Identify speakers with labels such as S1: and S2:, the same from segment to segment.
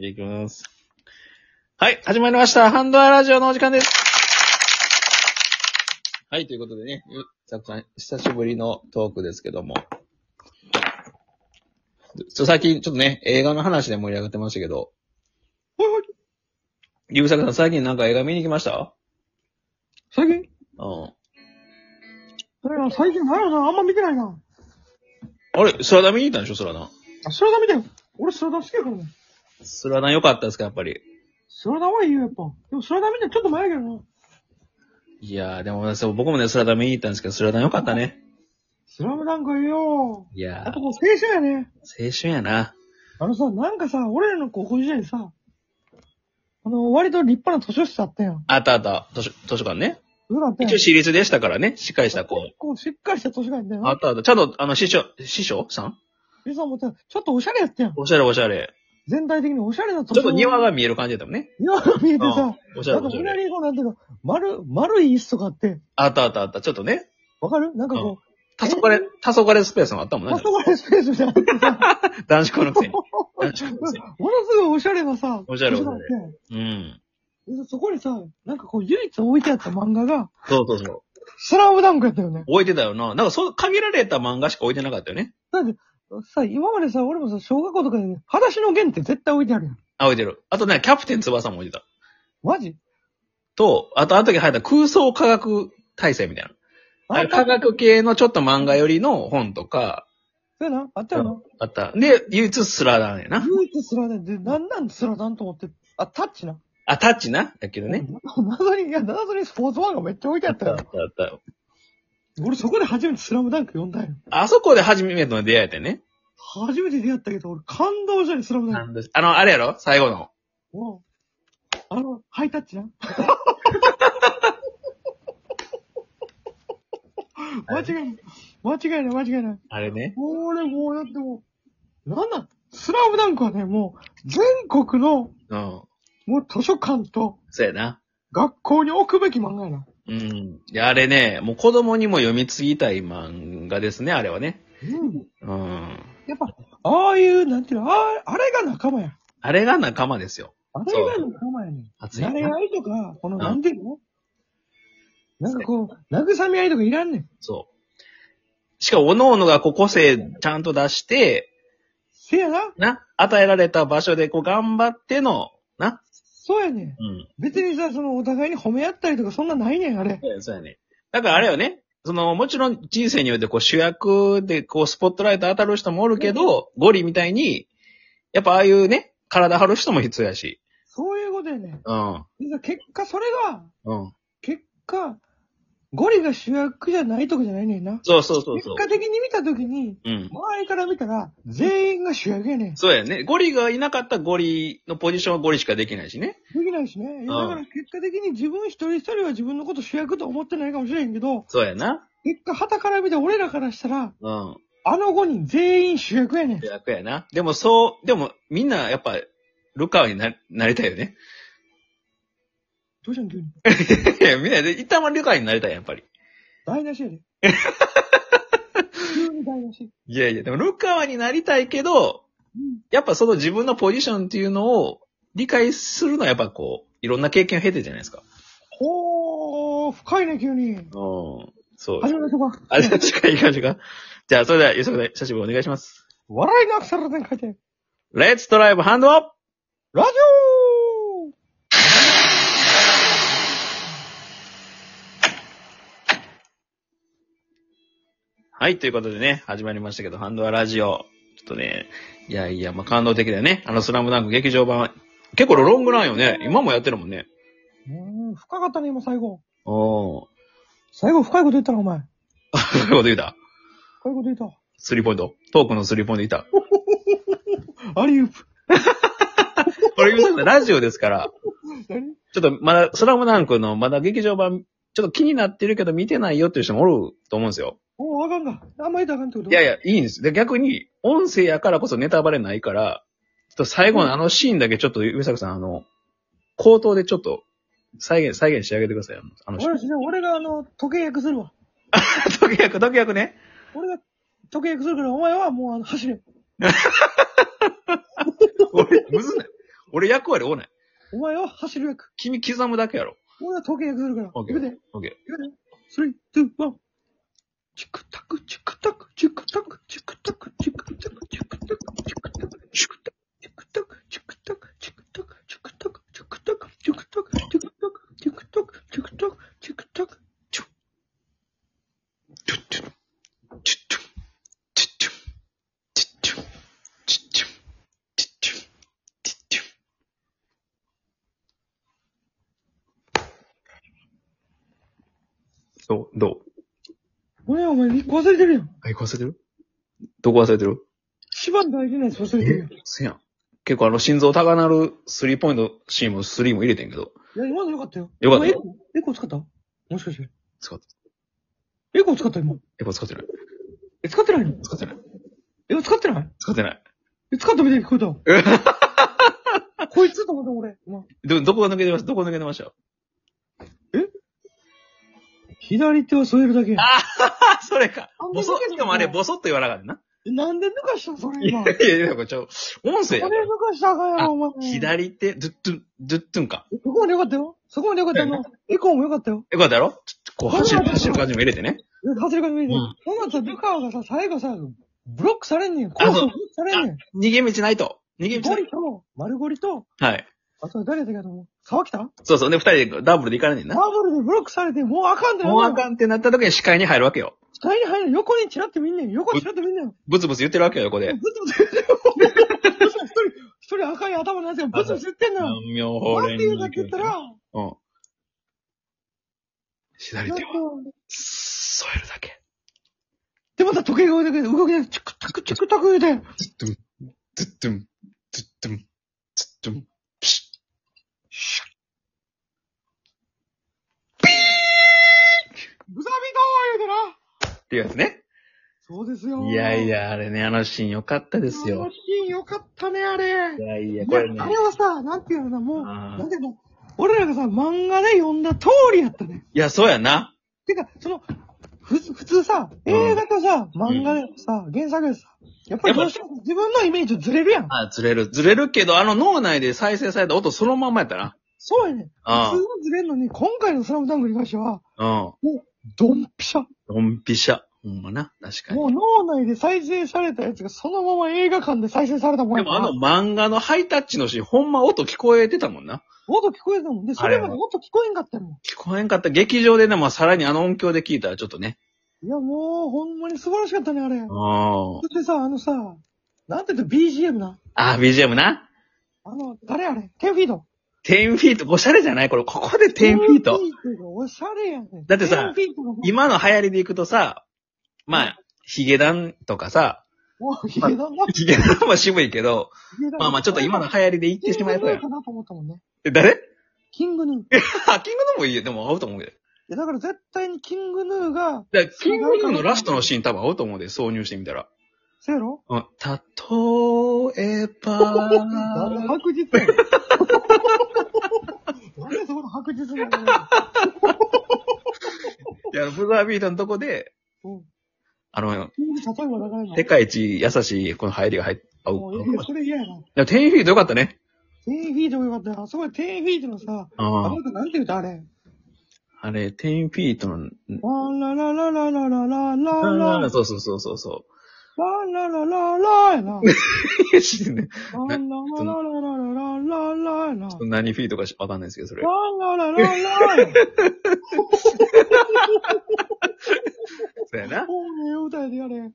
S1: いきます。はい、始まりました。ハンドアラジオのお時間です。はい、ということでね、さっき久しぶりのトークですけども。ちょ最近、ちょっとね、映画の話で盛り上がってましたけど。ゆうさくさん、最近なんか映画見に行きました
S2: 最近
S1: うん。
S2: それは最近、早野さんあんま見てないな。
S1: あれ、スラダ見に行ったんでしょ、スラダ。
S2: あ、スラダ見てよ。俺スラダ好きやからね。
S1: スラダ良かったですか、やっぱり。
S2: スラダはいいよ、やっぱ。でもスラダ見てちょっと前やけどな。
S1: いやー、でもそう僕もね、スラダ見に行ったんですけど、スラダ良かったね。
S2: スラムダンクいいよ。
S1: いや
S2: やっぱ
S1: ー
S2: こう、青春やね。
S1: 青春やな。
S2: あのさ、なんかさ、俺らの高校時代さ、あの、割と立派な図書室あったやん。
S1: あったあった、図書図書館ね。
S2: そうだったやん。
S1: 一応私立でしたからね、しっかりした子。
S2: こう、しっかりした図書館やったよ
S1: あ
S2: な
S1: っ。たあった。ちゃんと、あの、師匠、師匠さん
S2: でさ、もうちょっとおしゃれやったやん。
S1: おしゃれおしゃれ。
S2: 全体的におしゃれな図書
S1: ちょっと庭。が見える感じだったもんね。
S2: 庭が見えてさ、
S1: うんおしゃれ
S2: なんか
S1: おしゃ
S2: 裏
S1: れ。
S2: にこう、なんていうか、丸、丸い椅子とかあって、
S1: あったあったあった。ちょっとね、
S2: わかるなんかこう、
S1: 黄昏、黄昏スペースもあったもん
S2: パ
S1: ね
S2: ス。タバレスペースみたいなのあってさ、
S1: 男子校のくせに。
S2: も
S1: 男
S2: の
S1: 子
S2: す
S1: 校のくせ
S2: ごいおしゃれなさ、
S1: おしゃれおしゃれ
S2: 図書館あって
S1: に。うん。
S2: でそこにさ、なんかこう唯一置いてあった漫画が、
S1: そうそうそう。
S2: スラムダンクやったよね。
S1: 置いてたよな。なんかそう、限られた漫画しか置いてなかったよね。
S2: さ、今までさ、俺もさ、小学校とかで、ね、裸足の弦って絶対置いてあるやん。
S1: あ、置いてる。あとね、キャプテン翼も置いてた。
S2: マジ
S1: と、あとあの時入った空想科学体制みたいな。あれ科
S2: あった
S1: 学系のちょっと漫画寄りの本とか、
S2: そうやな、あったよな。
S1: あった。で、唯一スラダンやな。
S2: 唯一スラダンで、なんなんスラダンと思って、あ、タッチな。
S1: あ、タッチなだけどね。
S2: 謎に、いや、謎にスポーツ漫画めっちゃ置いてあ
S1: あ
S2: っ
S1: ったたあ
S2: よ
S1: っ。たあった。
S2: 俺そこで初めてスラムダンク読んだよ。
S1: あそこで初めての出会いでね。
S2: 初めて出会ったけど、俺感動したよ、スラムダンク。
S1: あの、あれやろ最後の。
S2: もう、あの、ハイタッ チな。間違いない。間違いない、間違いない。
S1: あれね。
S2: 俺もう、だってもう、なんなんスラムダンクはね、もう、全国の、
S1: うん。
S2: もう図書館と
S1: そうやな。
S2: 学校に置くべき漫画やな。
S1: うん。いや、あれね、もう子供にも読み継ぎたい漫画ですね、あれはね。
S2: うん。
S1: うん。
S2: やっぱ、ああいう、なんていうの、ああ、あれが仲間や。
S1: あれが仲間ですよ。
S2: あれが仲間やねん。
S1: 熱いな
S2: 慣れ合いとか、この、
S1: ん
S2: なんていうのなんかこう、慰め合いとかいらんねん。
S1: そう。しかも、各々がこう個性ちゃんと出して、
S2: せやな。
S1: な、与えられた場所でこう頑張っての、な。
S2: そうやねん。
S1: うん。
S2: 別にさ、そのお互いに褒め合ったりとかそんなないねん、あれ。
S1: そうやそうやね。だからあれよね。その、もちろん人生によってこう主役でこうスポットライト当たる人もおるけど、ゴリみたいに、やっぱああいうね、体張る人も必要やし。
S2: そういうことやねん。
S1: うん。
S2: でさ結果、それが、
S1: うん。
S2: 結果、ゴリが主役じゃないとかじゃないねんな。
S1: そうそうそう
S2: 結
S1: そう。
S2: 果的に見たときに、
S1: うん。
S2: 周りから見たら、全員が主役やねん。で
S1: そうやね。ゴリがいなかったらゴリのポジションはゴリしかできないしね。
S2: きないしね。いや
S1: うん
S2: だから結果的に自分一人一人は自分のこと主役と思ってないかもしれんけど、
S1: そうやな。
S2: 結果、旗から見て俺らからしたら、
S1: うん。
S2: あの5人全員主役やねん
S1: 主。役やな。でもそう、でもみんなやっぱ、ルカワにななりたいよね。
S2: どうしたん急に。
S1: いや、みんなで、一旦はルカワになりたい、やっぱり。
S2: 台無し やで。急に台無し。
S1: いやいや、でもルカワになりたいけど、
S2: うん
S1: やっぱその自分のポジションっていうのを理解するのはやっぱこう、いろんな経験を経てじゃないですか。
S2: ほー、深いね、急に。
S1: うん。そう。
S2: 始めましょうか。
S1: あ、じゃあ、近いい感じか。じゃあ、それでは、吉岡さん、久しぶりお願いします。
S2: 笑いのアクセル全書いて、
S1: Let's drive hand up!
S2: ラジオ
S1: はい、ということでね、始まりましたけど、ハンドアラジオ。ちょっとね、いやいや、まあ、感動的だよね。あの、スラムダンク劇場版は。結構ロングランよね。今もやってるもんね。
S2: うーん、深かったね、今最後。
S1: おー。
S2: 最後深いこと言ったな、お前。
S1: そういうこと言うた。
S2: 深いこと言った。
S1: スリーポイント。トークのスリーポイントいた。
S2: アリウープ。
S1: これ、吉岡さんラジオですから、
S2: 何
S1: ちょっとまだ、スラムダンクのまだ劇場版、ちょっと気になってるけど見てないよっていう人もおると思うんですよ。
S2: おうあかんか。あんま言ったらあかんってこと
S1: いやい
S2: や。
S1: や、いいんです。で、逆に、音声やからこそネタバレないから、ちょっと最後のあのシーンだけちょっと、上坂さん、あの、口頭でちょっと、再現、再現してあげてください。あの、あの
S2: 俺しね、俺があの、時計役するわ。
S1: 時役、時役ね。
S2: 俺が時計役するから、お前はもうあの、走れ。
S1: 俺、むずない。俺役割多ない。
S2: お前は走る役。
S1: 君刻むだけやろ。
S2: 俺は時計役するから。
S1: オッケ
S2: 行くで。
S1: ー。オッケ
S2: スリー、ツー、ワン。チクタク、チクタク、チクタク、チクタク、チクタク、チクタク、チクタク、チクタク、チクタク、チクタク、チクタク、チクタク、チクタク、チクタク、チクタク、チクタク、チクタク、チクタク、チュッ、
S1: ー。チュッチュッ。チュッチュッ。チュッチュッ。チュッチュッ。チュッチュッ。チュッチュッ。チュッチュッ。どうどう
S2: ごめん、お前、一個忘れてるやん。
S1: あ、こ忘れてるどこ忘れてる
S2: 芝の大事なやつ忘れてるやん。い
S1: せやん。結構あの、心臓高鳴るスリーポイントシーンもスリーも入れてんけど。
S2: や、今のよかったよ。
S1: よかった
S2: お前エコーエコー使ったもしかして。
S1: 使って、
S2: エコー使った今。
S1: エコー使ってない。
S2: え、使ってないの
S1: 使ってない。
S2: え、使ってない
S1: 使ってない。
S2: え、使ったみたいに聞こえた。こいつと思った俺。今
S1: ど、どこが抜けてましたどこ抜けてました
S2: 左手を添えるだけやん。
S1: あ、それか。
S2: あんま
S1: ボソ
S2: 抜けて
S1: ッ
S2: ない
S1: ともあれ、ボソッと言わなかったな。
S2: なんで抜かしたんそれ
S1: いや
S2: 今。
S1: いやいや、これちょ、音声や
S2: これ抜かしたらあかんやろ、お前。。
S1: 左手、ドゥッドゥン、ドゥッドゥンか。
S2: そこまでよかったよ。そこまでよかったよ。あのエコーもよかったよ。
S1: よかったやろちょっとこう、走る、走る感じも入れてね。
S2: 外れが見えて。
S1: う
S2: うんまさ、ルカワがさ、最後さ、ブロックされんねん。コ
S1: あ
S2: ース
S1: そう
S2: をブロックされんねん。
S1: 逃げ道ないと。逃げ道
S2: ゴ
S1: ない。
S2: リと、丸ゴリと、
S1: はい。
S2: あと誰だっけなと思う。沢北
S1: そうそう。で、二人でダブルで行かれんねんな。
S2: ダブルでブロックされて、もうあかんってな
S1: もうあかんってなった時に視界に入るわけよ。
S2: 視界に入る。横にチラって見んねん。横にチラって見んねん。
S1: ブツブツ言ってるわけよ、横で
S2: ブ。ツブツ言ってる。そしたら一人、一人赤い頭のやつがブツブツ言ってんのよ。
S1: 南妙法
S2: なん
S1: 蓮
S2: て言うかって言ったら、
S1: うん。左
S2: なん
S1: 手
S2: か
S1: は、添えるだけ。
S2: で、また時計が動いてくれて、動きで、チクタクチクタク言うて、
S1: ずっとん、ずっとん、ずっとん、ずっとん、ピシッ。
S2: シュッピーブザビドー言うてな。
S1: っていうやつね。
S2: そうですよ。
S1: いやい。や、あれね、あのシーン良かったです
S2: あの
S1: よ。
S2: シーンよかったね、あれ。
S1: いやいや、
S2: い
S1: こ
S2: や
S1: れね
S2: あ。れはさ、なんていうのかな、もう、
S1: あー
S2: なんていうの、俺らがさ、漫画で読んだ通りやったね。
S1: いや、そうやな。
S2: てか、その、ふ、普通さ、
S1: うん
S2: 映画とさ、漫画でさ、原作でさ、やっぱりどうしても自分のイメージとずれるやん。
S1: あ、ずれる。ずれるけど、あの脳内で再生された音そのまんまやったな。
S2: そうやねん。
S1: あー
S2: 普通はずれんのに、今回のスラムダンクに関しては、
S1: うん。
S2: ドンピシャ。
S1: ドンピシャ。ほんまな。確か
S2: も
S1: に。
S2: う脳内で再生されたやつがそのまま映画館で再生されたもん
S1: で
S2: や
S1: もあの漫画のハイタッチのシーン、ほんま音聞こえてたもんな。
S2: 音聞こえてたもんね。それまで音聞こえんかったもん。
S1: 聞こえんかった。劇場でね、まあ、さらにあの音響で聞いたらちょっとね。
S2: いや、もう、ほんまに素晴らしかったね、あれ。そ
S1: うん。
S2: してさ、あのさ、なんて言うと BGM な。
S1: あ、BGM な。
S2: あの、誰あれ ?10 フィート。
S1: 10フィート。おしゃれじゃないこれ、ここで10フィート。
S2: がおしゃれやねん。
S1: だってさ
S2: 10フィートの、
S1: 今の流行りでいくとさ、まあ、ヒゲダンとかさ、
S2: もうヒゲだな。
S1: ヒゲ ダンは渋いけど、まあまあちょっと今の
S2: っ
S1: 流行りで言ってしまえそうやん
S2: か。なと思ったもんね。
S1: え、誰
S2: キングヌー。い
S1: ハッキングのもいいよ。でも合うと思うけど。
S2: や、だから絶対にキングヌーが、
S1: だからキングヌーのラストのシーン多分合うと思うで、挿入してみたら。
S2: せやろ
S1: うん。たとえ
S2: なんで
S1: ば、
S2: 白日やねんなんでそこの白日なの
S1: いや、ブザービートのとこで、
S2: うん。
S1: あの、
S2: キング例えばだからな
S1: 世。界一優しいこの入りが入っ、合う
S2: もう、いや、それ嫌やな。
S1: でも10フィートよかったね。
S2: 10フィートもよかったよ。あそこで10フィートのさ、
S1: う
S2: あ
S1: ん
S2: の。人なんて言うたあれ。
S1: あれ、10フィートの、
S2: ラララララララララララ
S1: そうそうそうそう そ
S2: ララララやな。ラ
S1: う。知ってんね
S2: ラララララララやな。
S1: 何フィートかしわかんないですけど、それ。
S2: ラララララや
S1: そうやな。
S2: ほんまええ歌やでやれ。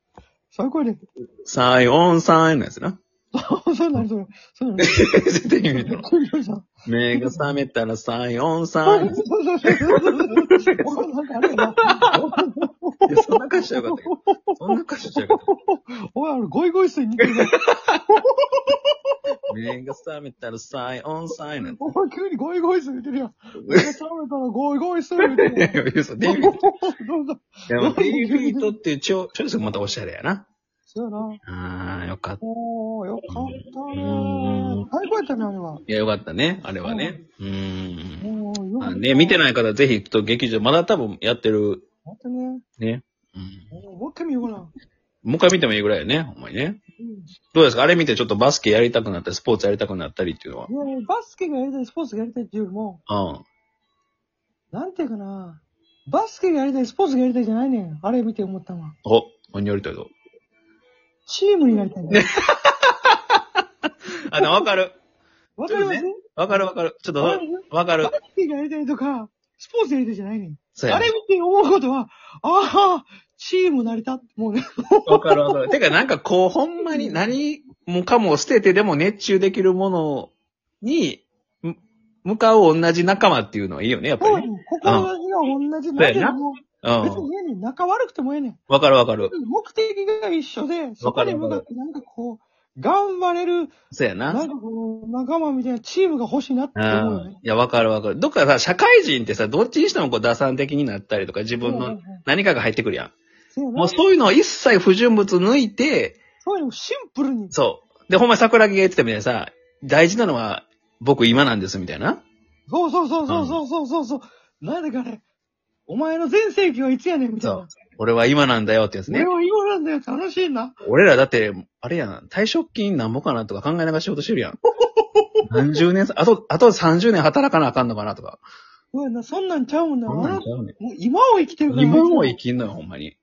S2: 最高やで。
S1: サイオンサインのやつな。
S2: そうなるそれ。そうなる。
S1: 絶対意味 だろ。
S2: そうなるさ。
S1: 目が覚めたらサイオン
S2: そう
S1: サイン。
S2: そうそうそう。なんかあれやな。
S1: いやそんな歌詞じゃなかったけど。そんな歌詞じゃなかった。
S2: おい、あれ、ゴイゴイ水に似てる。
S1: 目が覚めたらサイオンサインなんて。
S2: お前急にゴイゴイ水言ってるやん。目が覚めたらゴイゴイ水言ってる
S1: い
S2: やん。
S1: やいや、嘘。デイビー
S2: ど
S1: ト。
S2: うぞ。
S1: いや、まあデイビートっていうチョチョイスがまたオシャレやな。
S2: そうや
S1: あ
S2: な。
S1: ー、よかった。
S2: おー、よかった
S1: う
S2: ね
S1: ん。
S2: 最高やったね、あれは。
S1: いや、よかったね。あれはね。うーん。
S2: もう、
S1: ま
S2: よか
S1: あ
S2: った。
S1: ね、見て
S2: い。
S1: ない方、ぜひ、ちょっと劇場、まだ多分やってる、
S2: 待ってね。
S1: ね。うん。
S2: もう一回見ようかな。
S1: もう一回見てもいいぐらいよね、ほんまにね。どうですかあれ見てちょっとバスケやりたくなったり、スポーツやりたくなったりっていうの
S2: いやもうバスケがやりたい、スポーツがやりたいっていうよりも、
S1: は。うん。
S2: なんていうかな、バスケがやりたい、スポーツがやりたいじゃないねん。あれ見て思ったのは。
S1: お、何やりたいぞ。
S2: チームになりたいんだよ。
S1: あ、でもわかる。
S2: わかります
S1: わかるわかる。ちょっ
S2: わか
S1: と
S2: り、ます
S1: わかる
S2: バ。スケがやりたいとか、スポーツやりたいじゃないねん。
S1: そうや
S2: あ
S1: ね
S2: れ見て思うことは、ああ、チームなりたって、もうね。
S1: わかるわかる。てかなんかこう、ほんまに何もかも捨ててでも熱中できるものに、む向かう同じ仲間っていうのはいいよね、やっぱ
S2: もう
S1: り
S2: ね
S1: ね。、
S2: 心には同じ
S1: んそう
S2: だ
S1: や
S2: け
S1: な
S2: ども、
S1: う
S2: 別に
S1: ん。
S2: ええねん。仲悪くてもええねん。
S1: わかるわかる。
S2: 目的が一緒で、そこに向かってなんかこう、頑張れる、
S1: そうやな。
S2: なんかこう、仲間みたいなチームが欲しいなって
S1: う
S2: 思うよね
S1: ん。。いや、わかるわかる。どっかさ、社会人ってさ、どっちにしてもこう、打算的になったりとか、自分
S2: うんうんう
S1: の
S2: ん
S1: 何かが入ってくるやん。
S2: そうやな
S1: もうそういうのを一切不純物抜いて、
S2: そういうのシンプルに。
S1: そう。で、ほんま桜木が言ってたみたいにさ、大事なのは、僕今なんです、みたいな。
S2: そうそうそうそうそうそうそう。うなんだかね、お前の全盛期はいつやねんみたい
S1: そ
S2: な
S1: う。俺は今なんだよってやつね
S2: 俺。は今なんだよ、楽しいな。
S1: 俺らだって、あれやん、退職金なんぼかなとか考えながら仕事してるやん。何十年さ、あと、あと30年働かなあかんのかなとか。
S2: そうやな、そんなんちゃうんだ
S1: そ
S2: よ。
S1: んなん
S2: も
S1: ちゃうね
S2: う今を生きてる
S1: ん
S2: から。
S1: 今も生きんのよ、ほんまに。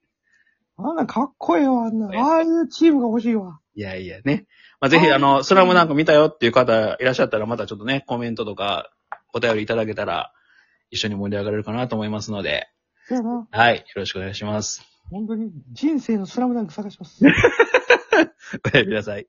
S2: あんなかっこええわ、あんな
S1: そう。や
S2: ああいうチームが欲しいわ。
S1: いやいやね。まあ、ぜひ、
S2: はい
S1: あの、スラムなんか見たよっていう方いらっしゃったら、またちょっとね、コメントとか、お便りいただけたら、一緒に盛り上がれるかなと思いますので、
S2: そうやな。
S1: はい、よろしくお願いします。
S2: 本当に人生のスラムダンク探します。
S1: おやすみなさい。